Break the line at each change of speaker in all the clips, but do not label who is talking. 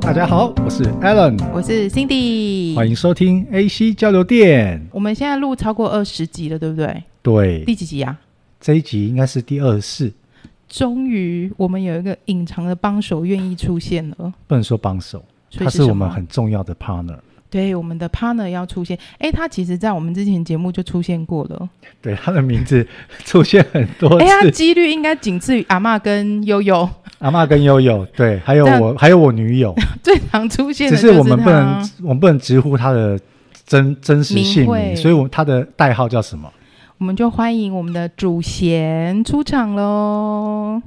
大家好，我是 Alan，
我是 Cindy，
欢迎收听 AC 交流电。
我们现在录超过二十集了，对不对？
对
第，几集啊？
这一集应该是第二十四，
终于，我们有一个隐藏的帮手愿意出现了。
不能说帮手，
所以
他
是
是
什
我们
么
很重要的 partner。
对我们的 partner 要出现，诶，他其实在我们之前节目就出现过了。
对，他的名字出现很多
诶，他
次，
几率应该仅次于阿嬷跟悠悠
阿嬷跟悠悠，对，还有
但
我，还有我女友，
最常出现
只
的就是是他。
我们不能，我们不能直呼他的真真实姓
名
名，
讳
所以我他的代号叫什么？
我们就欢迎我们的主贤出场喽。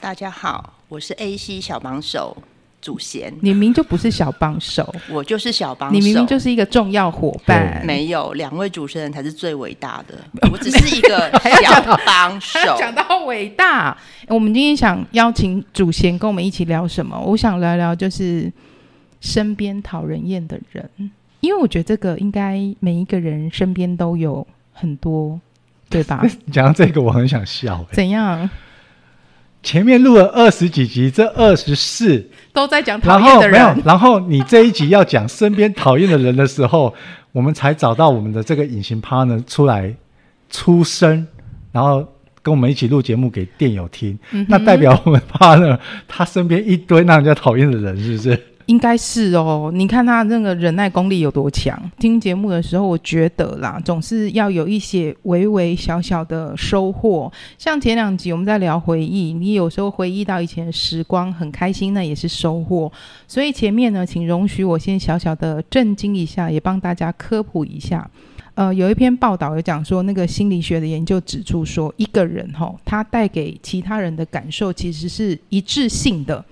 大家好，我是 AC 小帮手祖贤，
你明明就不是小帮手，
我就是小帮手。
你明明就是一个重要伙伴。
没有，两位主持人才是最伟大的，我只是一 个小帮手。
讲到伟大，我们今天想邀请祖贤跟我们一起聊什么？我想聊聊就是身边讨人厌的人，因为我觉得这个应该每一个人身边都有很多，对吧？
讲到这个，我很想笑、欸
怎样
前面录了二十几集，这二十四，
都在讲讨
然后
厌的
没有
人，，
然后你这一集要讲身边讨厌的人的时候，我们才找到我们的这个隐形 partner 出来出声，然后跟我们一起录节目给电友听。
嗯哼
那代表我们 partner 他身边一堆让人家讨厌的人，是不是？
应该是哦。你看他那个忍耐功力有多强。听节目的时候，我觉得啦，总是要有一些微微小小的收获。像前两集我们在聊回忆，你有时候回忆到以前的时光，很开心，那也是收获。所以前面呢，请容许我先小小的震惊一下，也帮大家科普一下。呃，有一篇报道有讲说，那个心理学的研究指出说，一个人吼、他带给其他人的感受其实是一致性的。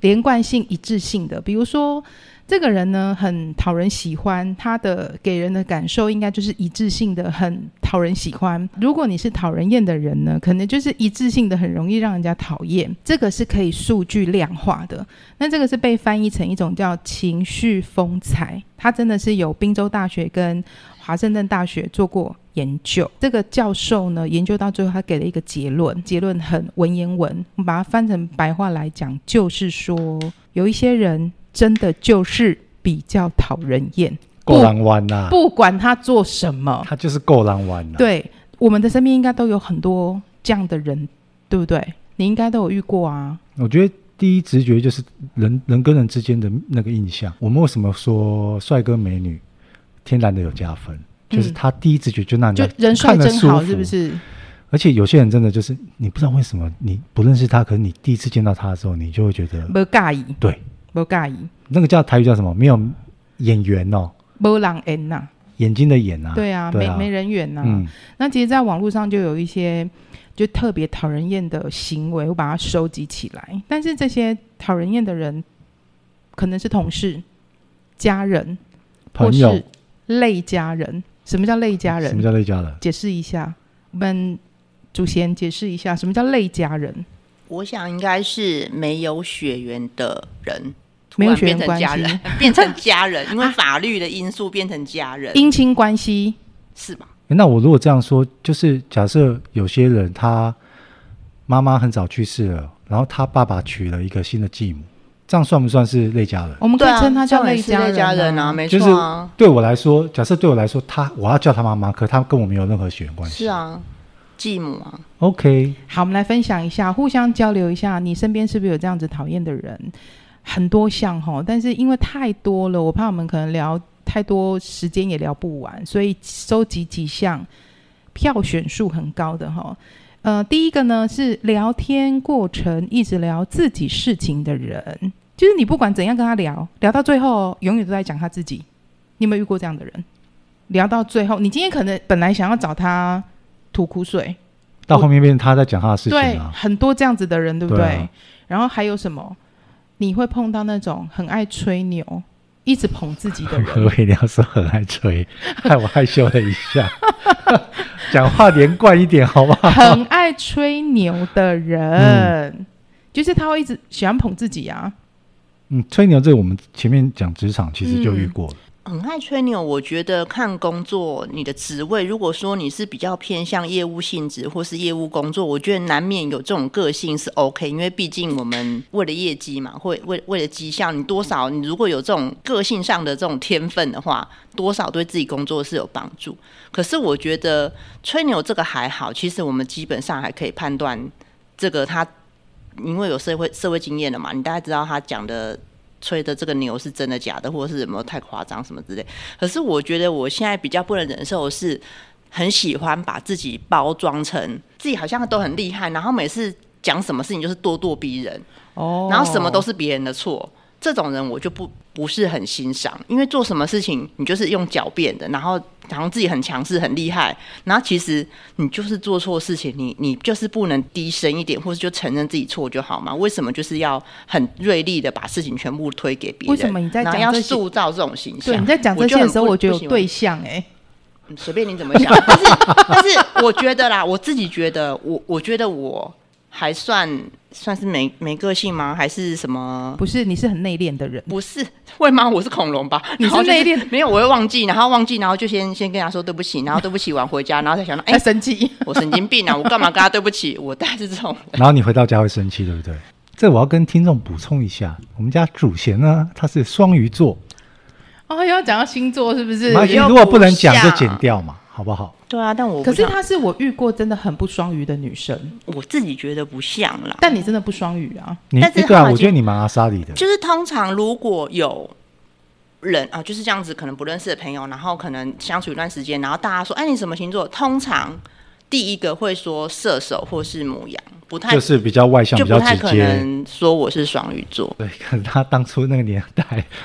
连贯性、一致性的。比如说，这个人呢很讨人喜欢，他的给人的感受应该就是一致性的，很讨人喜欢。如果你是讨人厌的人呢，可能就是一致性的，很容易让人家讨厌。这个是可以数据量化的。那这个是被翻译成一种叫情绪风采，它真的是有宾州大学跟华盛顿大学做过研究。这个教授呢，研究到最后，他给了一个结论，结论很文言文，我们把它翻成白话来讲，就是说有一些人真的就是比较讨人厌，不
够狼玩呐、
不管他做什么，
他就是够狼玩呐、
对我们的身边应该都有很多这样的人，对不对？你应该都有遇过啊。
我觉得第一直觉就是人人跟人之间的那个印象。我们为什么说帅哥美女天然的有加分？就是
嗯
他第一直觉就让人
就
家
人帅
看得
真
舒
好，
服
是不是？
而且有些人真的就是你不知道为什么，你不认识他，可是你第一次见到他的时候，你就会觉得
不介意，
对，
不介意，
那个叫台语叫什么？没有眼缘哦，
不人缘呐、
眼睛的眼啊。
对啊，
对啊
没没人缘呐、
嗯，
那其实，在网络上就有一些就特别讨人厌的行为，我把它收集起来。但是这些讨人厌的人，可能是同事、家人，或
朋友，
是类家人。什么叫类家
什么
人？
叫类家人？
解释一下，我们主贤解释一下，什么叫类家人？
我想应该是没有血缘的人，
没有
突然
血缘
变成家
关系
人， 变成家人，因为法律的因素变成 家人，
姻亲关系，
是吧？
诶那我如果这样说，就是假设有些人他妈妈很早去世了，然后他爸爸娶了一个新的继母，这样算不算是类家人？
我们可
对
以
啊，
称他叫
这样
类
也是类家
人
人啊，没
就
错啊，
是对我来说，假设对我来说，他我要叫他妈妈，可他跟我没有任何血缘关系。
是啊，继母啊，
，OK，
好，我们来分享一下，互相交流一下，你身边是不是有这样子讨厌的人？很多项哈，但是因为太多了，我怕我们可能聊太多，时间也聊不完，所以收集几项票选数很高的哈。呃，第一个呢是聊天过程一直聊自己事情的人，就是你不管怎样跟他聊，聊到最后哦永远都在讲他自己。你有没有遇过这样的人？聊到最后，你今天可能本来想要找他吐苦水，
到后面变成他在讲他的事情
对，
啊。
很多这样子的人，对不对？
对啊
然后还有什么？你会碰到那种很爱吹牛、一直捧自己的
何
人，
伟亮说很爱吹，害我害羞了一下。 讲话连贯一点，好不好？
很爱吹牛的人，就是他会一直喜欢捧自己啊。
嗯，吹牛这个我们前面讲职场其实就遇过了。
很爱吹牛，我觉得看工作你的职位，如果说你是比较偏向业务性质或是业务工作，我觉得难免有这种个性是 OK，因为毕竟我们为了业绩嘛，会为为了绩效，你多少你如果有这种个性上的这种天分的话，多少对自己工作是有帮助。可是我觉得吹牛这个还好，其实我们基本上还可以判断这个他，因为有社会社会经验了嘛，你大概知道他讲的吹的这个牛是真的假的，或者是有没有太夸张什么之类。可是我觉得我现在比较不能忍受的是，很喜欢把自己包装成自己好像都很厉害，然后每次讲什么事情就是咄咄逼人，
哦
然后什么都
是
是别人的错。这种人我就不不是很欣赏，因为做什么事情你就是用狡辩的，然后然后自己很强势很厉害，然后其实你就是做错事情，你你就是不能低声一点，或者就承认自己错就好嘛？为什么就是要很锐利的把事情全部推给别
为
人？
什么你在
然后
讲
要
这些
塑造这种形象？
对你在讲这
就
些的
很
时候，
不
我觉得有
不喜欢
对象哎、
嗯随便你怎么想，但是但是我觉得啦，我自己觉得，我我觉得我还算算是没没个性吗？还是什么？
不是，你是很内敛的人。
不是会吗？我是恐龙 吧？
你是
然后就
内
是
敛
没有，我会忘记，然后忘记，然后就先先跟他说对不起，然后对不起完回家，然后再想 到，哎、
哎，生气，
我神经病啊！我干嘛跟他对不起？我大概是这种人。
然后你回到家会生气，对不对？这我要跟听众补充一下，我们家祖贤呢，他是双鱼座，
哦，又要讲到星座是不是
没？关系
又
如果不能
不
讲就
像
剪掉嘛，好不好？
对啊，但我
可
不
是
像
她是我遇过真的很不双鱼的女生，
我自己觉得不像啦。
但你真的不双鱼啊？
你
但是
诶对啊，
他已
我觉得
经
你蛮阿莎里的，
就是通常如果有人啊，就是这样子，可能不认识的朋友，然后可能相处一段时间，然后大家说，哎，你什么星座？通常第一个会说射手或是母羊，不太
就是比较外向，
就
比
不
较
太
直
可
接。
能说我是双鱼座。
对，可是他当初那个年代，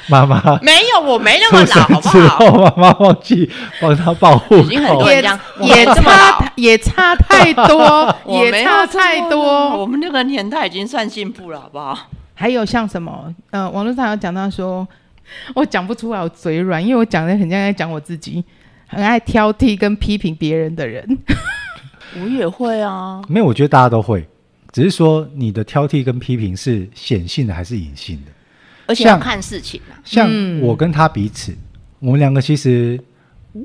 妈妈
没有，我没那么
出
老，好
生
不
之
好？
后，妈妈忘记帮他报户
已经很
口
多。
也
人讲
也
我这么老
差 也差太多，
我没
也
有
差
这么
太
老
多
我。们那个年代已经算进步了，好不好？
还有像什么，呃，网络上有讲到说，我讲不出来，我嘴软，因为我讲的很像在讲我自己，很爱挑剔跟批评别人的人。
我也会啊，
没有，我觉得大家都会，只是说你的挑剔跟批评是显性的还是隐性的。
而且要
像
看事情啊。
像
嗯
我跟他彼此，我们两个其实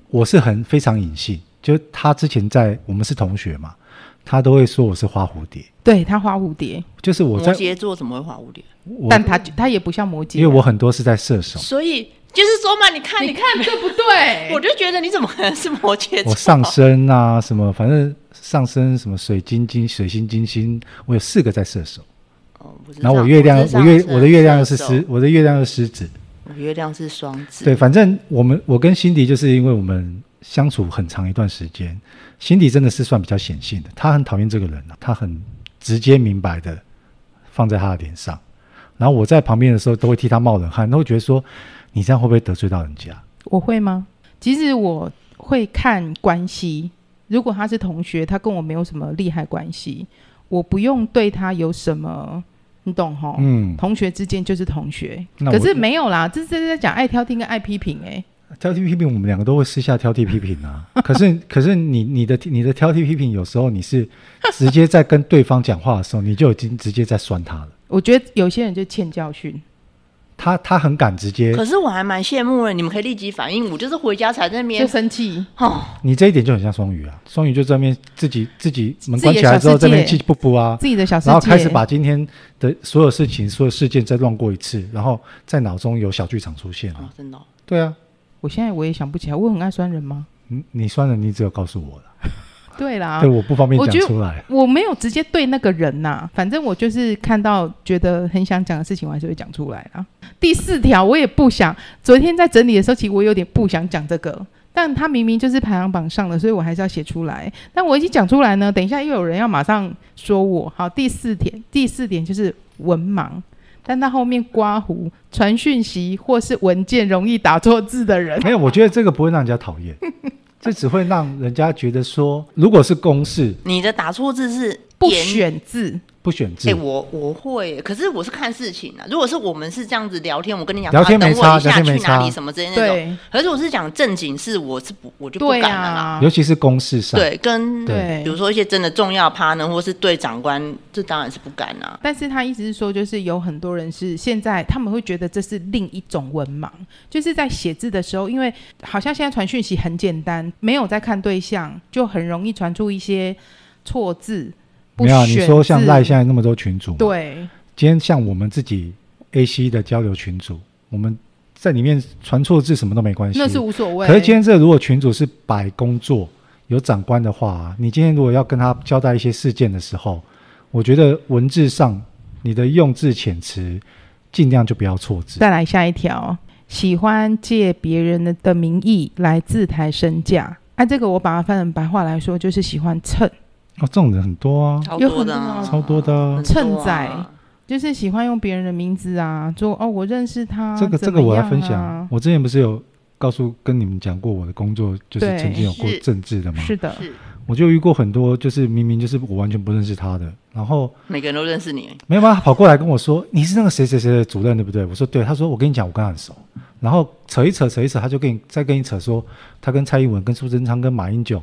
我是很非常隐性，就是他之前在我们是同学嘛，他都会说我是花蝴蝶，
对他花蝴蝶，
就是我
摩
在
羯座怎么会画蝴蝶？
我，
但他他也不像摩羯，
因为我很多是在射 手，
所以就是说嘛，你看，你哎
你
看。
看对不对？
我就觉得你怎么可能是摩羯座？
我上升啊什么，反正上升什么水晶金水星金星，我有四个在射手，
哦，不是
然后我
上
月亮
不是
我
上
月
升
我的月亮又是
射
狮
手，
我的月亮又是狮子，
我月亮是双子。
对，，反正我们我跟辛迪就是因为我们相处很长一段时间，辛迪真的是算比较显性的，他很讨厌这个人啊，他很直接明白的放在他的脸上，然后我在旁边的时候都会替他冒冷汗，都会觉得说你这样会不会得罪到人家？
我会吗？其实我会看关系，如果他是同学，他跟我没有什么利害关系，我不用对他有什么，你懂哈？
嗯，
同学之间就是同学，
那
可
我
是没有啦，这这是在讲爱挑剔跟爱批评哎、
挑剔批评，我们两个都会私下挑剔批评啊。可是，可是你你的你的挑剔批评，有时候你是直接在跟对方讲话的时候，你就已经直接在酸他了。
我觉得有些人就欠教训，
他他很敢直接，
可是我还蛮羡慕的，你们可以立即反应，我就是回家才在那
就
边。
生气，
哦，
你这一点就很像双鱼啊。双鱼就这边自己自己门
自
关
己的
起来之后，
小世
这边
界
气不不啊，
自己的小欸世界，
然后开始把今天的所有事情、所有事件再乱过一次，然后在脑中有小剧场出现
哦
啊。
真的哦、
对啊，
我现在我也想不起来，我很爱酸人吗？
你你算了，你只有告诉我了，
对啦，
对，我不方便
啊我
讲
觉得
出来。
我没有直接对那个人呐、反正我就是看到觉得很想讲的事情，我还是会讲出来啦。第四条我也不想，昨天在整理的时候，其实我有点不想讲这个，但他明明就是排行榜上的，所以我还是要写出来。但我已经讲出来呢，等一下又有人要马上说我。好，第四点，第四点就是文盲。但他后面刮胡、传讯息或是文件容易打错字的人，
没有，我觉得这个不会让人家讨 厌，这只会让人家觉得说，如果是公事，
你的打错字是
不
严
选字，
不选
哎、
字，
我我会，可是我是看事情啊。如果是我们是这样子聊天，我跟你讲，
聊天
啊
没
等我
差
一下
聊天没
去哪里
差
什么之类那种。
对
可是我是讲正经事，我是不嗯我就不
对
敢了啦。
啊，
尤其是公事上，
对，跟
对
比如说一些真的重要 partner 或是对长官，这当然是不敢啊。
但是他意思是说，就是有很多人是现在他们会觉得这是另一种文盲，就是在写字的时候，因为好像现在传讯息很简单，没有在看对象，就很容易传出一些错字。不
没有啊你
选
说像
字
赖现在那么多群主，，
对
今天像我们自己 A C 的交流群组，我们在里面传错字什么都没关系，
那是无所谓。
可是今天这如果群主是摆工作有长官的话、啊你今天如果要跟他交代一些事件的时候，我觉得文字上你的用字遣词尽量就不要错字。
再来下一条，喜欢借别人的的名义来自抬身价。哎、这个我把它翻成白话来说，就是喜欢蹭，
哦，这种人很多啊，
超
有
多的
很
啊，
多
超多的啊
很多啊
趁仔就是喜欢用别人的名字啊，说哦，我认识他。
这个这
怎
个
么
我来
样
分享。
啊
我之前不是有告诉跟你们讲过我的工作就是
对
曾经有过
是
政治的嘛，
是的，
是
我就遇过很多就是明明就是我完全不认识他的，然后
每个人都认识你，
没有吗？他跑过来跟我说：“你是那个谁谁谁的主任对不对？”我说：“对。”他说：“我跟你讲，我跟他很熟。”然后扯一扯，扯一扯，他就跟你再跟你扯说，他跟蔡英文、跟苏贞昌、跟马英九、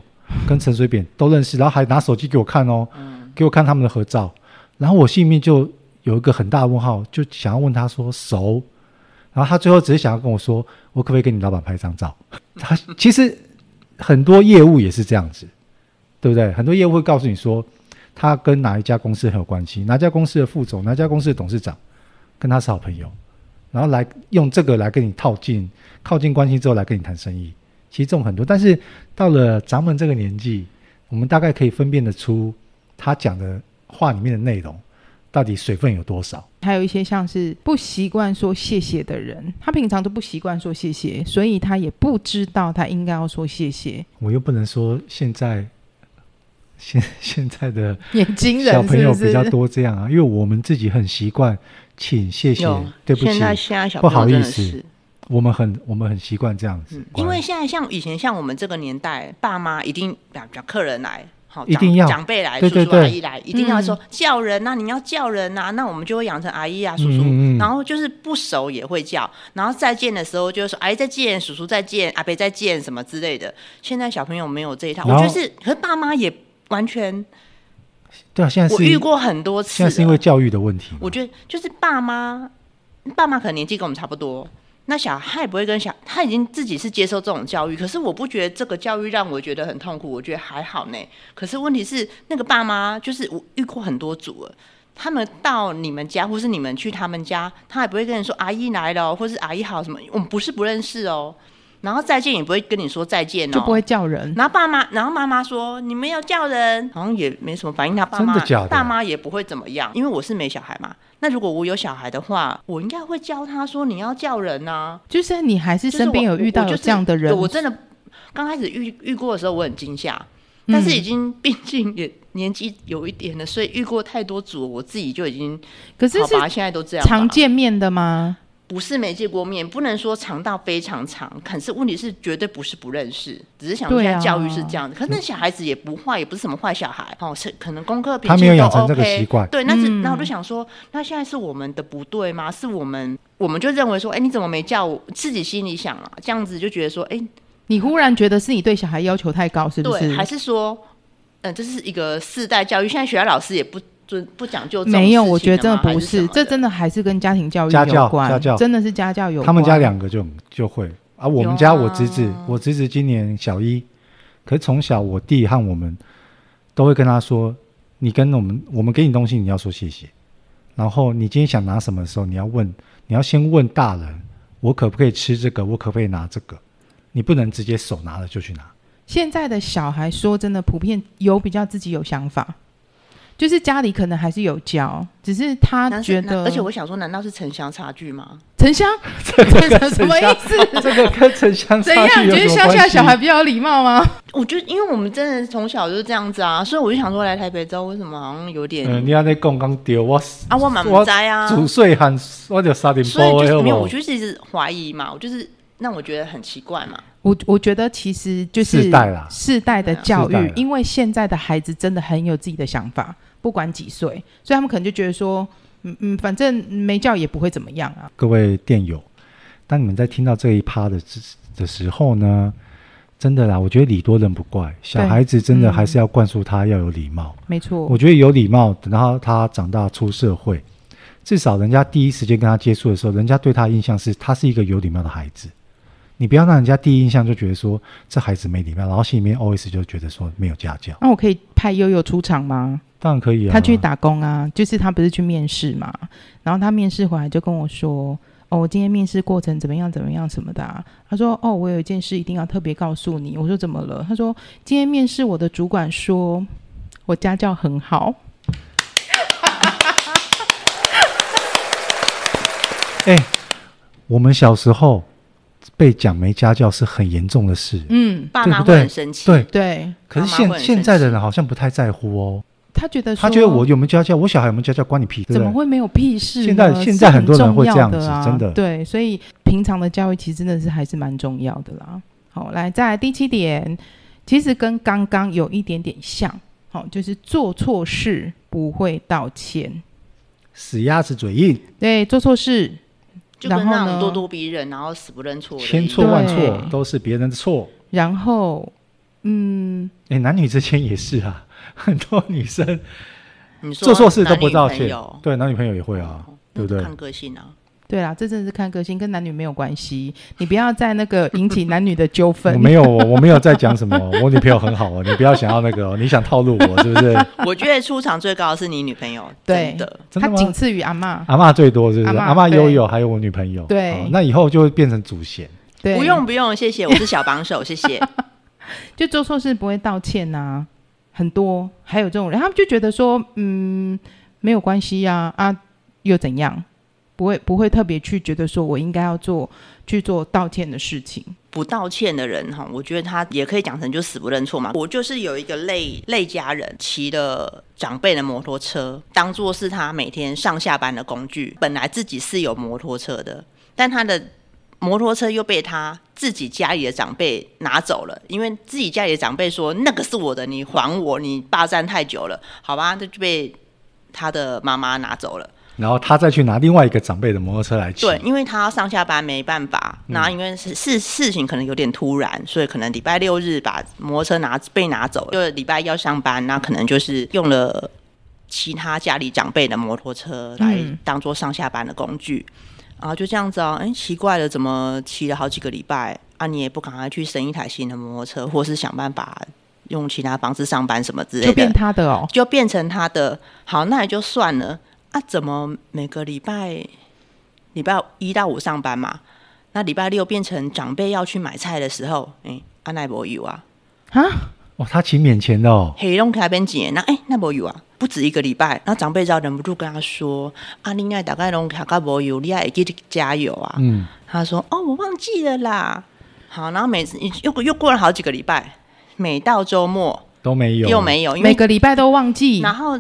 跟陈水扁都认识，然后还拿手机给我看哦，给我看他们的合照。然后我心里面就有一个很大的问号，就想要问他说熟。然后他最后只是想要跟我说：“我可不可以跟你老板拍张照？”他其实很多业务也是这样子，对不对？很多业务会告诉你说，他跟哪一家公司很有关系，哪家公司的副总、哪家公司的董事长跟他是好朋友，然后来用这个来跟你套近靠近关系之后来跟你谈生意。其实这种很多，但是到了咱们这个年纪，我们大概可以分辨得出他讲的话里面的内容到底水分有多少。
还有一些像是不习惯说谢谢的人，他平常都不习惯说谢谢，所以他也不知道他应该要说谢谢。
我又不能说现在现现在的
眼睛
小
人
朋
是
友
不是？
比较多这样啊，因为我们自己很习惯，请谢谢
有，
对不
现在
起，
现在小
不
朋友
好意
真的
思
是
我们很我们很习惯这样
嗯
子，
因为现在像以前像我们这个年代，爸妈一定啊比比客人来。好，
一定要
长长辈来，
对对
叔叔阿
对
姨来，一定要说、叫人啊呐、你要叫人呐、那我们就会养成阿姨啊、叔叔，
嗯嗯嗯
然后就是不熟也会叫，然后再见的时候就会说哎阿姨再见，叔叔再见，阿伯再见什么之类的。现在小朋友没有这一套，我
然
觉
后
得是，可是爸妈也完全，
对啊，现在
我
是
遇过很多次
现
了，
在是因啊为教育的问题嘛，
我觉得就是爸妈，爸妈可能年纪跟我们差不多，那小孩也不会跟小，他已经自己是接受这种教育，可是我不觉得这个教育让我觉得很痛苦，我觉得还好呢。可是问题是，那个爸妈就是我遇过很多组了。他们到你们家，或是你们去他们家，他也不会跟你说阿姨来了哦，或是阿姨好什么，我们不是不认识哦。然后再见也不会跟你说再见哦，
就不会叫人。
然后爸妈，然后妈妈说你们要叫人，好像也没什么反应。他爸妈，
真的假的
爸妈也不会怎么样，因为我是没小孩嘛。那如果我有小孩的话，我应该会教他说你要叫人啊。
就是你还是
就是
身
我
边有遇到
我就
有
是
这样的人，
哦对我真的刚开始遇遇过的时候，我很惊吓，
嗯
但是已经毕竟也年纪有一点了，所以遇过太多组，我自己就已经
可是
好
是
吧，现在都这样吧。
常见面的吗？
不是没见过面，不能说长到非常长，可是问题是绝对不是不认识，只是想说
对
现
啊
在教育是这样的。可是那小孩子也不坏，也不是什么坏小孩，哦，是可能功课平
他
均
没有
都
养成这个
OK
习惯
对，那是
嗯
那我就想说，那现在是我们的不对吗？是我们我们就认为说，哎，你怎么没叫我？自己心里想啊，这样子就觉得说，哎，
你忽然觉得是你对小孩要求太高，是不
对，
是？
还是说，嗯、这是一个世代教育，现在学校老师也不尊不讲究这种
没有，
事情
我觉得
了
真的
吗还
不
是什
是，
么
这
的
真的还是跟家庭教育
家
有
教
关，
家教
真的是家教有关。
他们家两个就很就会啊，我们家
有啊
我侄子，我侄子今年小一，可是从小我弟和我们都会跟他说，你跟我们我们给你东西你要说谢谢，然后你今天想拿什么的时候，你要问，你要先问大人，我可不可以吃这个，我可不可以拿这个，你不能直接手拿了就去拿。
现在的小孩说真的，普遍有比较自己有想法，就是家里可能还是有教，只是他
难是
觉
难
得，
而且我想说，难道是城乡差距吗？
城乡
这跟
什么
城乡
意思？
这个跟城乡
怎
差
样？
距有
觉得
什么
乡
关
下
系？
小孩比较有礼貌吗？
我就因为我们真的从小就是这样子啊，所以我就想说来台北之后，为什么好像有点、
嗯，你要在讲刚丢我是
啊，我满
我
不在啊，
煮水喊我就沙点
所以
包哎
就是
的好
没
不
有，
好
我？就是一直怀疑嘛，我就是让我觉得很奇怪嘛。
我我觉得其实就是
世代啦
世代的教
世代啦
育，因为现在的孩子真的很有自己的想法，不管几岁，所以他们可能就觉得说，嗯嗯，反正没教也不会怎么样啊。
各位电友，当你们在听到这一趴的之的时候呢，真的啦，我觉得礼多人不怪，小孩子真的还是要灌输他要有礼貌。
没错
嗯
我，觉得有礼貌，等到他长大出社会，至少人家第一时间跟他接触的时候，人家对他的印象是他是一个有礼貌的孩子。你不要让人家第一印象就觉得说这孩子没礼貌，然后心里面 OS 就觉得说没有家教。
那我可以派悠悠出场吗？
当然可以啊，
他去打工啊，就是他不是去面试嘛，然后他面试回来就跟我说。哦，我今天面试过程怎么样？怎么样？什么的、啊？他说：“哦，我有一件事一定要特别告诉你。”我说：“怎么了？”他说：“今天面试我的主管说我家教很好。
哎、我们小时候被讲没家教是很严重的事”，
嗯，
爸
对
妈
不对
会很生气。
对。
对
可是
妈妈会
现
很
现
生
在的人好像不太在乎哦，
他觉得说
他觉得我有没有家教，我小孩有没有家教，关你屁事。
怎么会没有屁事呢？
现在现在很多人会这样子
是很重要啊
真的
对，所以平常的教育其实真的是还是蛮重要的啦。好，来再来第七点，其实跟刚刚有一点点像，好，就是做错事不会道歉。
死鸭子嘴硬，
对，做错事，
就跟
然后
那
呢
种咄咄逼人，然后死不认错的一
千
样，
错万错
对
都是别人的错。
然后嗯，
哎、男女之间也是啊， 很多女生
你说
做错事都
男女
不道
朋
歉
友，
对，男女朋友也会啊，对不对？
看个性啊，
对啦，这真的是看个性，跟男女没有关系。你不要在那个引起男女的纠纷
我。没有，我没有在讲什么，我女朋友很好哦，你不要想要那个、哦，你想套路我是不 是？
我觉得出场最高的是你女朋友，
对
真的。
真
他
的吗
仅次于阿嬷。
阿嬷最多是不
啊阿
是？
嬷
阿嬷
对
悠悠还有我女朋友，
对
好那以后就会变成祖先。
对，
不用不用，谢谢，我是小帮手，谢谢。
就做错事不会道歉呐、很多还有这种人，他们就觉得说，嗯，没有关系呀、啊，又怎样？不会不会特别去觉得说我应该要做去做道歉的事情，
不道歉的人哈，我觉得他也可以讲成就死不认错嘛。我就是有一个类类家人骑了长辈的摩托车，当做是他每天上下班的工具。本来自己是有摩托车的，但他的摩托车又被他自己家里的长辈拿走了，因为自己家里的长辈说那个是我的，你还我，你霸占太久了，好吧，那就被他的妈妈拿走了。
然后他再去拿另外一个长辈的摩托车来骑，
对，因为他上下班没办法，
嗯
那因为是事事情可能有点突然，所以可能礼拜六日把摩托车拿被拿走了，就礼拜一要上班，那可能就是用了其他家里长辈的摩托车来
嗯
当做上下班的工具，然后就这样子哦，哎，奇怪了，怎么骑了好几个礼拜啊，你也不赶快去生一台新的摩托车，或是想办法用其他方式上班什么之类
就
的，
变他的哦。
就变成他的好，那也就算了啊。怎么每个礼拜礼拜一到五上班嘛，那礼拜六变成长辈要去买菜的时候，哎、啊那无有啊，
啊，
哦，他骑免钱的哦，
黑龙开边钱，那哎那无有啊，不止一个礼拜，那长辈只要忍不住跟他说啊，你爱大概拢卡到无油，你爱记得加油啊。
嗯，
他说哦，我忘记了啦。好，然后每次又又过了好几个礼拜，每到周末
都没有，
又没有，因为
每个礼拜都忘记
然，后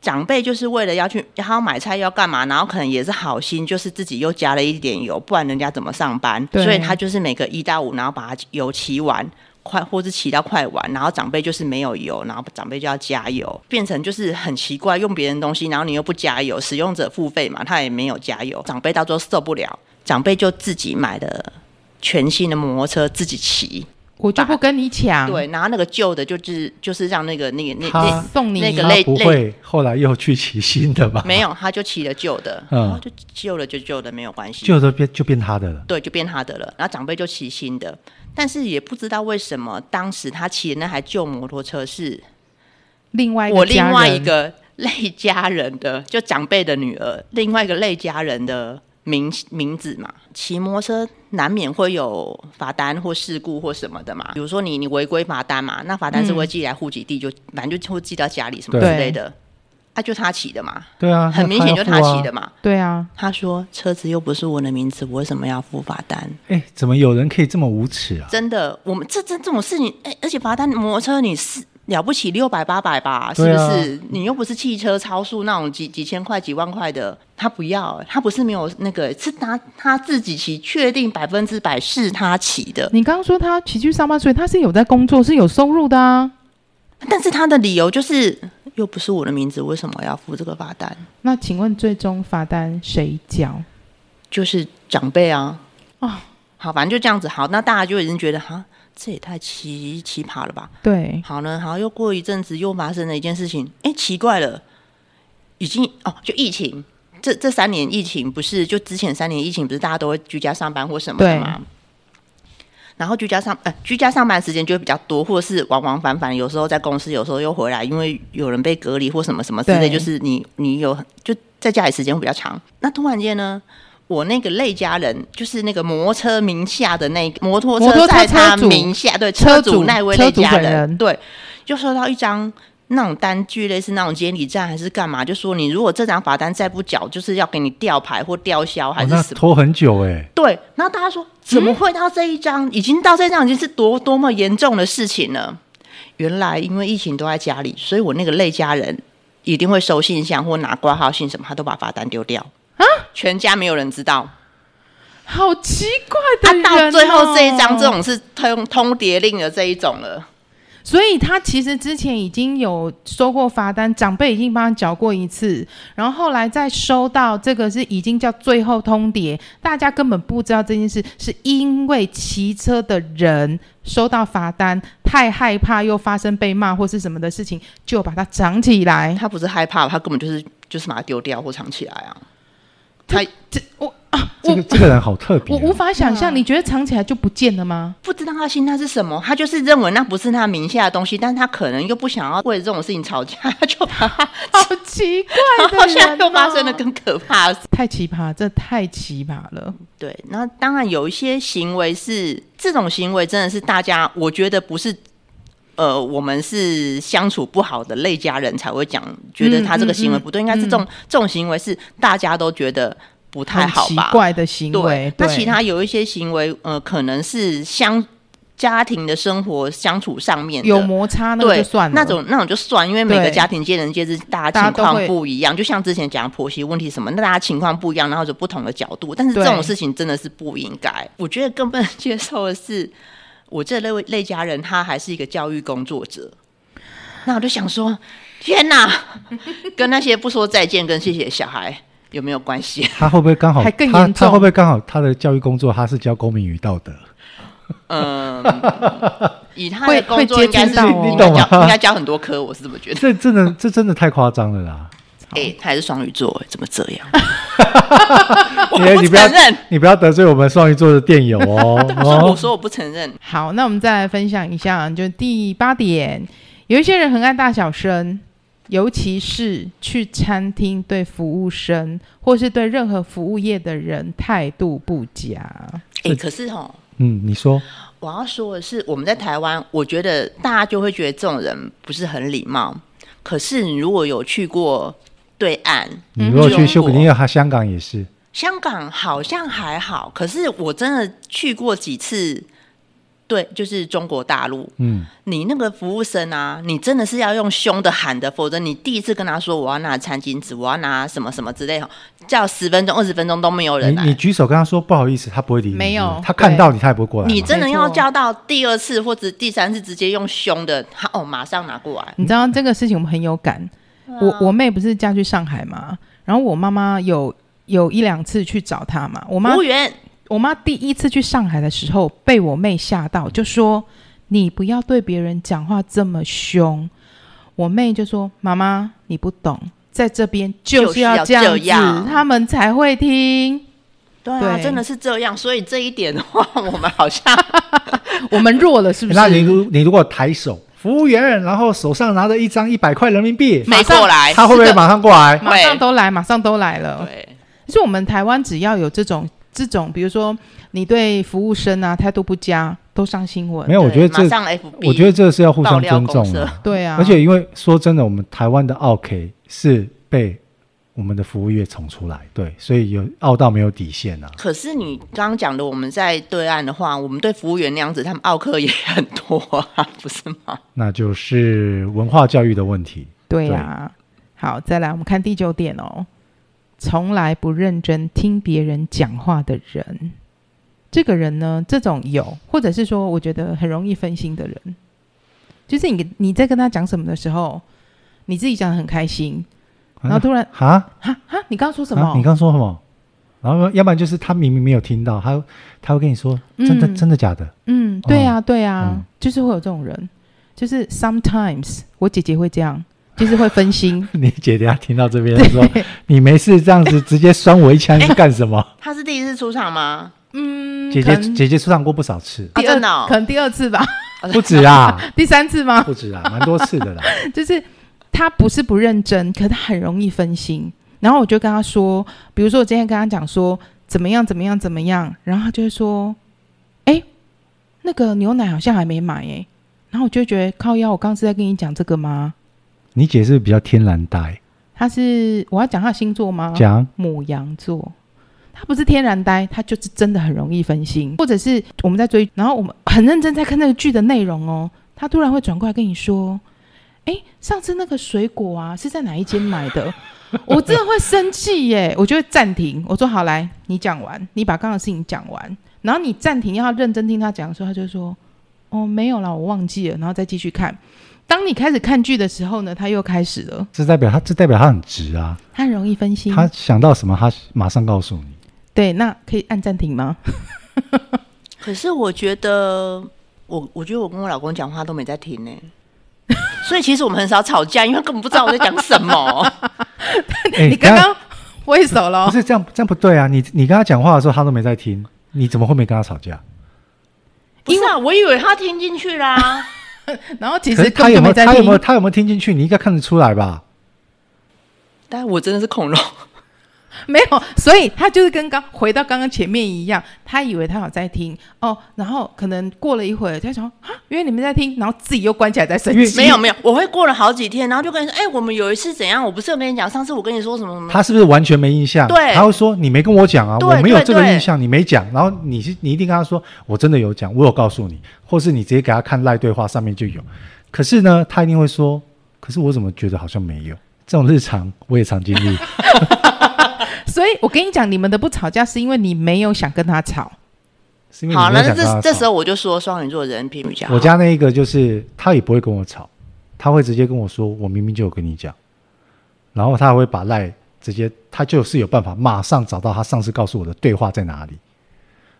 长辈就是为了要去，然后买菜要干嘛，然后可能也是好心，就是自己又加了一点油，不然人家怎么上班？
对
所以他就是每个一到五，然后把它油骑完。快，或是骑到快完，然后长辈就是没有油，然后长辈就要加油，变成就是很奇怪，用别人东西，然后你又不加油，使用者付费嘛，他也没有加油，长辈到最后受不了，长辈就自己买了全新的摩托车自己骑，
我就不跟你抢，
对，，然后那个旧的就是就是让那个那个那
他
那
送你
那个
他
类
不会后来又去骑新的吧？
没有，他就骑了旧的，
嗯
然后就旧了就旧的没有关系，
旧的变就变他的了，
对，就变他的了。然后长辈就骑新的，但是也不知道为什么，当时他骑的那台旧摩托车是
另外一个
我另外
家人
一个类家人的，就长辈的女儿，另外一个类家人的名名字嘛。骑摩托车难免会有罚单或事故或什么的嘛，比如说你你违规罚单嘛，那罚单是会寄来户籍地，就反正就会寄到家里什么之
对
类的。啊，就他骑的嘛，
对啊，
很
那
明显
要
就
付
他
啊
骑的。嘛。
对啊，
他说：“车子又不是我的名字，我为什么要付罚单？
哎、怎么有人可以这么无耻啊？
真的，我们这这这种事情，哎、而且罚单摩托车你是了不起六百八百吧，是
对
不
啊
是？你又不是汽车超速那种几几千块、几万块的，他不要，他不是没有那个，是他他自己骑，确定百分之百是他骑的，
你刚刚说他骑去上班，所以他是有在工作，是有收入的啊。
但是他的理由就是又不是我的名字，为什么要付这个罚单？
那请问最终罚单谁交？
就是长辈啊，
哦
好，反正就这样子。好，那大家就已经觉得哈，这也太奇奇葩了吧？
对，
好呢，好，又过一阵子又发生了一件事情，哎，奇怪了，已经哦，就疫情，这这三年疫情不是就之前三年疫情不是大家都会居家上班或什么的
对
吗？然后居家上呃居家上班时间就会比较多，或是往往返返，有时候在公司，有时候又回来，因为有人被隔离或什么什么之类，
对
就是你你有就在家里时间会比较长。那突然间呢，我那个类家人，就是那个摩托车名下的那个摩托
摩托车
在他
车主
名下，对
车主
主那位
车
类
主
家
本
人，
人
对，就收到一张。那种单据类似那种监理站还是干嘛，就说你如果这张罚单再不缴，就是要给你吊牌或吊销还
哦
是
那
什么。
拖很久哎，
对，然后大家说怎么会到这一张？已经到这一张已经是多多么严重的事情了。原来因为疫情都在家里，所以我那个类家人一定会收信箱或拿挂号信什么，他都把罚单丢掉啊，全家没有人知道。
好奇怪
他
的人、哦
到最后这一张，这，种是通通牒令的这一种了。
所以他其实之前已经有收过罚单，长辈已经帮他缴过一次，然后后来再收到这个是已经叫最后通牒，大家根本不知道这件事，是因为骑车的人收到罚单太害怕，又发生被骂或是什么的事情，就把它长起来。
他不是害怕，他根本就是就是把它丢掉或藏起来啊。他
这我啊，
这
我
个这个人好特别
我
哦，
无法想
对啊
象，你觉得藏起来就不见了吗？
不知道他心态是什么，他就是认为那不是他名下的东西，但他可能又不想要为了这种事情吵架，他就把它
好奇怪哦
然
的
后
人、
现在又发生了，更可怕的事。
太奇葩，这太奇葩了。
对，那当然有一些行为是这种行为，真的是大家我觉得不是，呃，我们是相处不好的类家人才会讲，觉得他
嗯
这个行为不对，应该是这种、这种行为是大家都觉得不太好
很
吧
奇？怪的行为
对，。那其他有一些行为，呃，可能是相家庭的生活相处上面的
有摩擦那个
对
就算了，
那种那种就算，因为每个
对
家庭见仁见智，大
大
家
家
情
都
况
会
不一样。就像之前讲婆媳问题什么，那大家情况不一样，然后有不同的角度。但是这
对
种事情真的是不应该。我觉得更不能接受的是，我这类位类家人他还是一个教育工作者。那我就想说，天哪，跟那些不说再见跟谢谢小孩有没有关系？
他会不会刚好
还更
他
严
他
重
会不会刚好他的教育工作他是教公民与道德？
嗯，以他
会
的工作
会
应
接
该
触
是
到哦
应该
你懂
教
吗
应该教很多科，我是这么觉得。
这真的这真的太夸张了啦！
哎、他还是双鱼座，哎怎么这 样？我
你你
不
不要
承认，
你不要得罪我们双鱼座的电友 哦
说我
哦，
说我不承认，
好，那我们再来分享一下，就第八点，有一些人很爱大小声，尤其是去餐厅对服务生或是对任何服务业的人态度不佳。
哎、
是
可是哦，
嗯，你说
我要说的是，我们在台湾，我觉得大家就会觉得这种人不是很礼貌。可是你如果有去过对岸，
你如果去
中
修
国
肯定要他香港也是，
香港好像还好，可是我真的去过几次，对，就是中国大陆，
嗯，
你那个服务生啊，你真的是要用凶的喊的，否则你第一次跟他说我要拿餐巾纸，我要拿什么什么之类的，叫十分钟、二十分钟都没有人
你
来。
你举手跟他说不好意思，他不会理你，
没有
是不是他看到你他也不会过来嘛。
你真的
没
要
错
叫到第二次或者第三次，直接用凶的，他哦马上拿过来。
你知道这个事情我们很有感。我我妹不是嫁去上海嘛，然后我妈妈有有一两次去找她嘛，我妈
服务员，
我妈第一次去上海的时候被我妹吓到，就说你不要对别人讲话这么凶。我妹就说妈妈你不懂，在这边就是要这样
就是要这样
子，他们才会听。
对啊，
对
真的是这样。所以这一点的话，我们好 像
我们弱了是不
哎 那你
是？
如你如果抬手，服务员，然后手上拿着一张一百块人民币，
没过来。
他会不会马上过来？
嗯
马上都来，马上都来了。
对，
可是我们台湾只要有这种这种，比如说你对服务生啊态度不佳，都上新闻
没。有，我觉得
对马
这
上 FB，
我觉得这是要互
爆
相
料
尊
公
重
社
的。
对啊，
而且因为说真的，我们台湾的 OK 是被我们的服务业宠出来。对，所以有傲到没有底线啊。
可是你刚刚讲的，我们在对岸的话，我们对服务员那样子，他们奥克也很多啊，不是吗？
那就是文化教育的问题。
对呀、好，再来，我们看第九点哦，从来不认真听别人讲话的人，这个人呢，这种有，或者是说，我觉得很容易分心的人，就是你你在跟他讲什么的时候，你自己讲的很开心，然后突然
啊，
哈哈，你刚刚说什么？
啊、你刚说什么？然后要不然就是他明明没有听到，他他会跟你说
嗯
真的、真的假的？
嗯，
哦
对啊，对啊，
嗯。
就是会有这种人，就是 sometimes 我姐姐会这样，就是会分心
你姐等下听到这边说你没事这样子直接酸我一枪 是干什么？
他是第一次出场吗？
哎嗯，
姐
可
姐
能哦
姐姐出场过不少次，
啊
第二、
真的哦
可能第二次吧，
不止啊，
第三次吗？
不止啊，蛮多次的啦。
就是他不是不认真，可他很容易分心。然后我就跟他说，比如说我今天跟他讲说怎么样怎么样怎么样，然后他就会说，哎，那个牛奶好像还没买哎、然后我就觉得靠腰，我刚刚是在跟你讲这个吗？
你姐是不是比较天然呆，
他是我要讲他的星座吗？
讲
母羊座，他不是天然呆，他就是真的很容易分心，或者是我们在追，然后我们很认真在看那个剧的内容哦，他突然会转过来跟你说：“哎，上次那个水果啊是在哪一间买的？” 我真的会生气耶，我就会暂停，我说：“好，来，你讲完，你把刚刚的事情讲完。”然后你暂停，要他认真听他讲的时候，他就说：“哦，没有啦，我忘记了。”然后再继续看。当你开始看剧的时候呢，他又开始了，
这代表她这代表她很直啊，
他很容易分心。
她想到什么她马上告诉 你。
对，那可以按暂停吗？
可是我觉得，我我觉得我跟我老公讲话都没在听呢、 所以其实我们很少吵架，因为他根本不知道我在讲 什么。
哎
你刚
等
刚挥手
下
了哦
不，是这样这样不对啊，你你跟她讲话的时候她都没在听，你怎么会没跟她吵架？
不是啊，我以为他听进去啦。
然后其
可
实
是她
根本
有
就
没有
在
她有没有
听。
她有没有听进去？你应该看得出来吧？
但我真的是恐龙，
没有，所以他就是跟刚回到刚刚前面一样，他以为他有在听哦，然后可能过了一会儿，他想啊，原来你们在听，然后自己又关起来在生
因为
气。
没有没有，我会过了好几天，然后就跟你说，哎、我们有一次怎样？我不是有跟你讲，上次我跟你说什么什么？
他是不是完全没印象？
嗯对
他会说你没跟我讲啊，
对
我没有这个
对对
印象，你没讲。然后你是你一定跟他说，我真的有讲，我有告诉你，或是你直接给他看赖对话上面就有。可是呢，他一定会说，可是我怎么觉得好像没有？这种日常我也常经历，
所以我跟你讲，你们的不吵架是因为你没有想跟他吵。
是因为
好，
你没有
那
想跟
这
他
这
吵
时候我就说双鱼座人品比较好。
我家那一个就是他也不会跟我吵，他会直接跟我说，我明明就有跟你讲，然后他还会把赖直接，他就是有办法马上找到他上次告诉我的对话在哪里。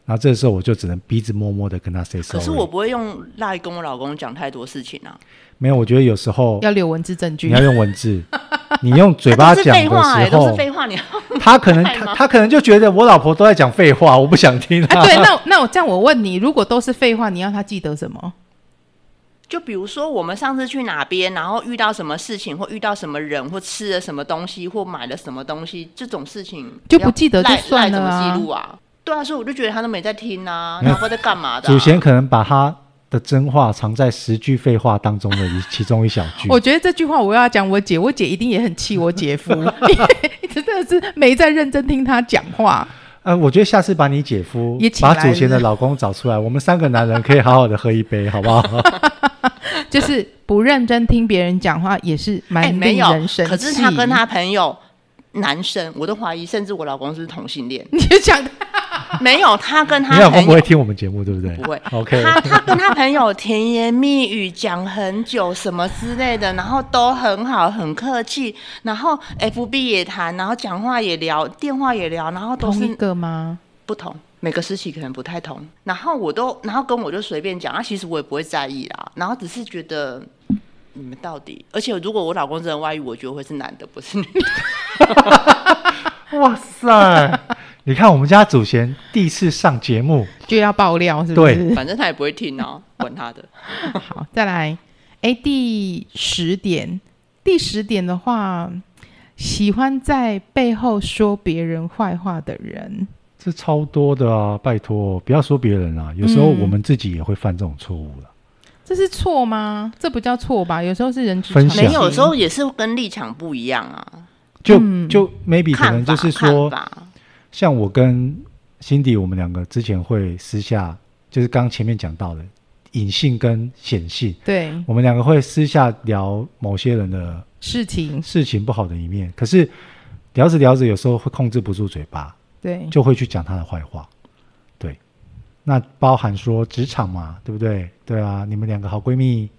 然后这时候我就只能鼻子摸摸的跟他 say sorry。
可是我不会用赖跟我老公讲太多事情啊，
没有，我觉得有时候
要留文字
哦
证
你
据
要，用文字，你用嘴
啊
巴
都是
讲
废话、
的
哎，
时
都是
候，
废话。你
他可 能
害吗
他他可能就觉得我老婆都在讲废话，我不想听
啊
啊。
对，那那我这样我问你，如果都是废话，你要他记得什么？
就比如说我们上次去哪边，然后遇到什么事情，或遇到什么人，或吃了什么东西，或买了什么东西，这种事情
就不记得就
赖
算了啊
赖怎么记录啊？对啊，所以我就觉得他都没在听 啊，
没有
然后不知道在干嘛的、啊。
祖先可能把他的真话藏在十句废话当中的一其中一小句。
我觉得这句话我要讲我姐，我姐一定也很气我姐夫， 因为真的是没在认真听他讲话。
呃，我觉得下次把你姐夫
也请
把
来
祖贤的老公找出来，我们三个男人可以好好的喝一杯，好不好？
就是不认真听别人讲话，也是
哎、
蛮
没
令
有
人生气。，
可是他跟他朋友。男生，我都怀疑，甚至我老公是不是同 性恋
。你就讲，
没有，他跟
你
他
老
朋
公不会
友
听我们节目，对不对？
不会
OK，
他他跟他朋友甜言蜜语讲很久什么之类的，然后都很好，很客气，然后 FB 也谈，然后讲话也聊，电话也聊，然后都
同一
是
个吗？
不同，每个时期可能不太同。然后我都，然后跟我就随便讲，啊，其实我也不会在意啦，然后只是觉得。你们到底？而且如果我老公真的外遇，我觉得会是男的，不是女 的。
哇塞！ 你看我们家祖贤第一次上节目，
就要爆料是不是？
反正他也不会听啊，管他的。
好，再来，哎，第十点，第十点的话，喜欢在背后说别人坏话的人，
这超多的啊！拜托，不要说别人啊，有时候
嗯
我们自己也会犯这种错误了。
这是错吗？这不叫错吧？有时候是人之
分
常
享
没
情
有，有时候也是跟立场不一样啊。
就、
嗯
就 maybe 可
看
能
法
就是说
看，法，
像我跟辛迪，我们两个之前会私下，就是刚前面讲到的隐性跟显性，
嗯
对
我们两个会私下聊某些人的
事情，
事情不好的一面，可是聊着聊着，有时候会控制不住嘴巴，
嗯
对
就会去讲他的坏话。对，那包含说职场嘛，对不对？对啊，你们两个好闺蜜，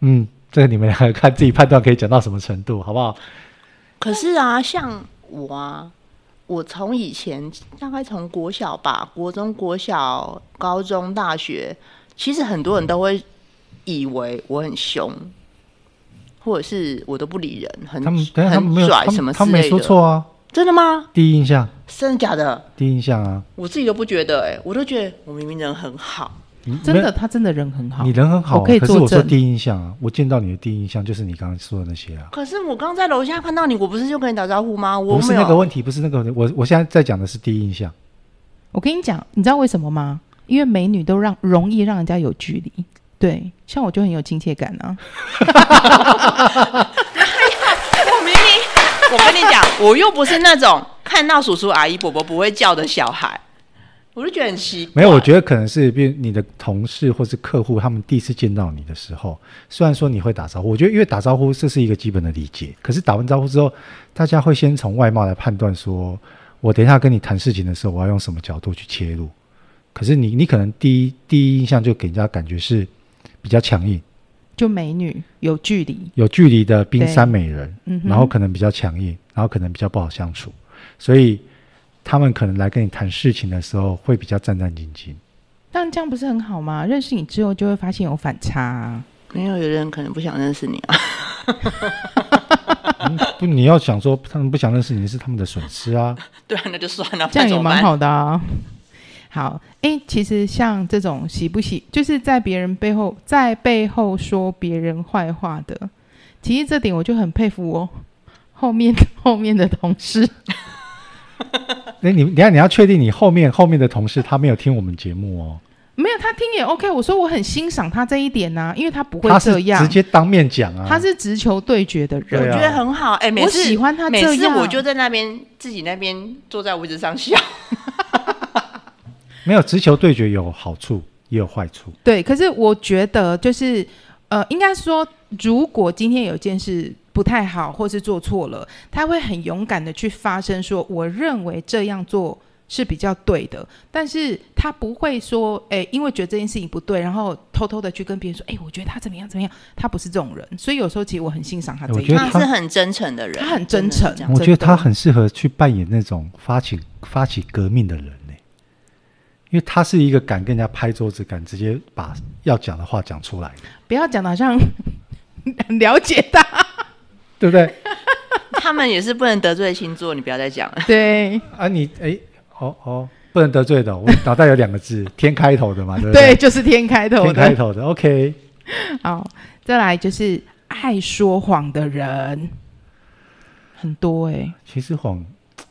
嗯，这个你们两个看自己判断可以讲到什么程度，好不好？
可是啊，像我啊，我从以前大概从国小吧，国中、国小、高中、大学，其实很多人都会以为我很凶，或者是我都不理人，很
他们，但是他们没
很
有，他
拽什
们
么
他
之
们没
类
说
的。
错啊，
真的吗？
第一印象，
真的假的？
第一印象啊，
我自己都不觉得哎、我都觉得我明明人很好，
你
真
没
的
有
他真的人很好
你，人很好啊、
我可以
可是
作
我说
证
第一印象啊，我见到你的第一印象就是你刚刚说的那些啊，
可是我刚在楼下看到你，我不是就跟你打招呼吗？我
不是
没
那
有啊
个问题，不是那个问题，我我现在在讲的是第一印象。
我跟你讲，你知道为什么吗？因为美女都让容易让人家有距离。对，像我就很有亲切感啊。
我明明，我跟你讲，我又不是那种看到叔叔阿姨伯伯不会叫的小孩，我就觉得很奇
没
怪。
有，我觉得可能是，比如你的同事或是客户，他们第一次见到你的时候，虽然说你会打招呼，我觉得因为打招呼这是一个基本的礼节，可是打完招呼之后，大家会先从外貌来判断说，我等一下跟你谈事情的时候，我要用什么角度去切入。可是你，你可能第一第一印象就给人家感觉是比较强硬，
就美女有距离，
有距离的冰山美人，
嗯哼
然后可能比较强硬，然后可能比较不好相处，所以他们可能来跟你谈事情的时候会比较战战兢兢。
但这样不是很好吗？认识你之后就会发现有反差、啊。
没有，有的人可能不想认识你啊。
嗯不，你要想说他们不想认识你是他们的损失 啊。
对啊，那就算了，
这样也
那
蛮
怎么办。
好的啊。好，诶，其实像这种喜不喜，就是在别人背后在背后说别人坏话的，其实这点我就很佩服我后面后面的同事。
那哎你你要你要确定你后面后面的同事他没有听我们节目哦，
没有，他听也 OK。我说我很欣赏他这一点呐、因为他不会
他是
这样，
直接当面讲啊。
他是直球对决的
对
我
人。
啊
觉得很好，哎、每
我
次
喜欢他这
每
样，
次我就在那边自己那边坐在位置上笑。
没有直球对决有好处也有坏处，
对，可是我觉得就是呃，应该说，如果今天有件事呃不太好，或是做错了，他会很勇敢的去发声，说我认为这样做。是比较对的，但是他不会说，哎、因为觉得这件事情不对，然后偷偷的去跟别人说，哎、我觉得他怎么样怎么样，他不是这种人，所以有时候其实我很欣赏他
哎
这
我
一
觉得
点。啊
他是很真诚的人，
他很真诚
真的是这样
我觉得
啊真的
他很适合去扮演那种发起发起革命的人呢、因为他是一个敢跟人家拍桌子、敢直接把要讲的话讲出来的，
不要讲 的好像很了解他，
对不对？
他们也是不能得罪星座，你不要再讲了。
对
啊你，哎，哦哦，不能得罪的，我脑袋有两个 字，天开头的嘛，对不
对，？就是天开头
天开
的。
头的，OK。
好，再来就是爱说谎的人很多哎、
其实谎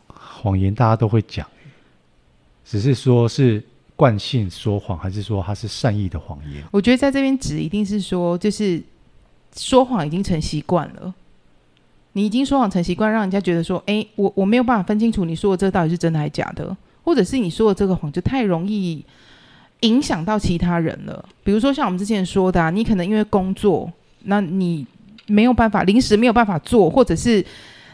谎言大家都会讲，只是说是惯性说谎，还是说它是善意的谎言？
我觉得在这边指一定是说，就是说谎已经成习惯了。你已经说谎成习惯，让人家觉得说，哎，我我没有办法分清楚你说的这到底是真的还是假的，或者是你说的这个谎就太容易影响到其他人了。比如说像我们之前说的、啊，你可能因为工作，那你没有办法临时没有办法做，或者是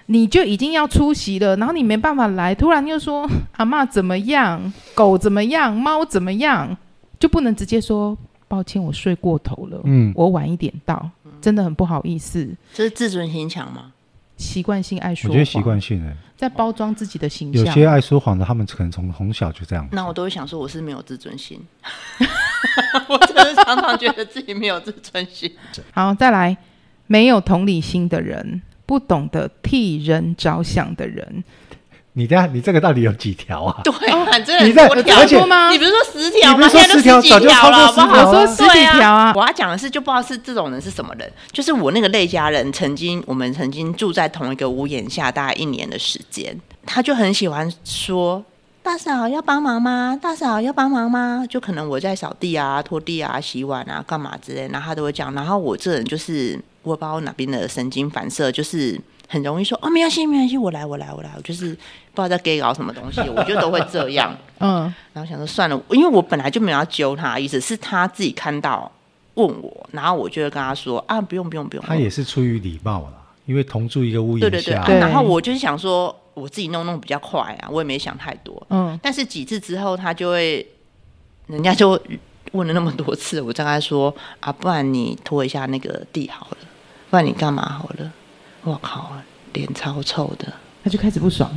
你就已经要出席了，然后你没办法来，突然又说 阿嬷怎么样，狗怎么样，猫怎么样，就不能直接说抱歉，我睡过头了，
嗯，
我晚一点到，真的很不好意思。
这是自尊心强吗？
习惯性爱说
我
谎，
觉得习惯性的，
在包装自己的形
有
象。
些爱说谎的，他们可能从从小就这样。
那我都会想说我是没有自尊心， 我真的常常觉得自己没有自尊心。
好，再来，没有同理心的人，不懂得替人着想的人，
你这你这个到底有几条啊？
对啊，真的
你
很
在
多
而
条
且
多吗
你？不是说十条
你不
吗？
是说
现在
十条
几
早就超
条
过
了，好
十条了
我
不好？
说十
对
几条啊
我要讲的是，就不知道是这种人是什么人。就是我那个类家人，曾经我们曾经住在同一个屋檐下，大概一年的时间，他就很喜欢说。大嫂要帮忙吗？大嫂要帮忙吗？就可能我在扫地啊、拖地啊、洗碗啊、干嘛之类，然后他都会讲。然后我这人就是我不知道哪边的神经反射，就是很容易说哦，没关系，没关系，我来，我来，我来，我就是不知道在 gay 搞什么东西，我就都会这样。
嗯，
然后想说算了，因为我本来就没有要揪他的意思，是他自己看到问我，然后我就会跟他说啊，不用不用不用。
他也是出于礼貌啦，因为同住一个屋
对
檐
对对，
下，哎
啊
对
然后我就是想说我自己弄弄比较快啊，我也没想太多。
嗯，
但是几次之后，他就会，人家就问了那么多次，我就跟他说啊，不然你拖一下那个地好了，不然你干嘛好了？我靠，脸超臭的。
他就开始不爽。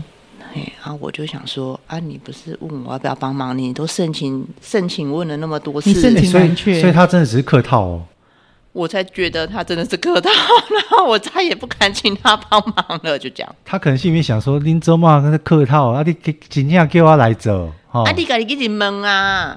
嘿，然后我就想说啊，你不是问我要不要帮忙？你都盛情盛情问了那么多
你盛
次
哎，
情
所以
明确
所以他真的只是客套哦。
我才觉得他真的是客套，然后我再也不敢请他帮忙了，就这样。
他可能心里面想说，林周嘛跟他客套，啊，你给尽量给我来走，哦
啊，，你家己自己问啊，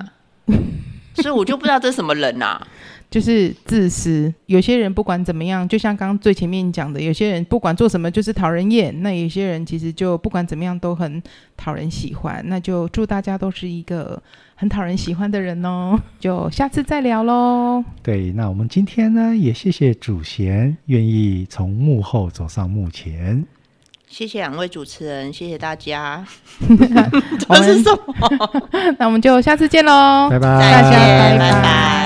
所以我就不知道这是什么人啊。
就是自私。有些人不管怎么样，就像刚刚最前面讲的，有些人不管做什么就是讨人厌，那有些人其实就不管怎么样都很讨人喜欢。那就祝大家都是一个很讨人喜欢的人哦。就下次再聊喽，
对，那我们今天呢，也谢谢主贤愿意从幕后走上幕前。
谢谢两位主持人，谢谢大 家。
我
这是
们
什么？
那我们就下次见喽，
拜拜，
再
大家
见，
拜
拜拜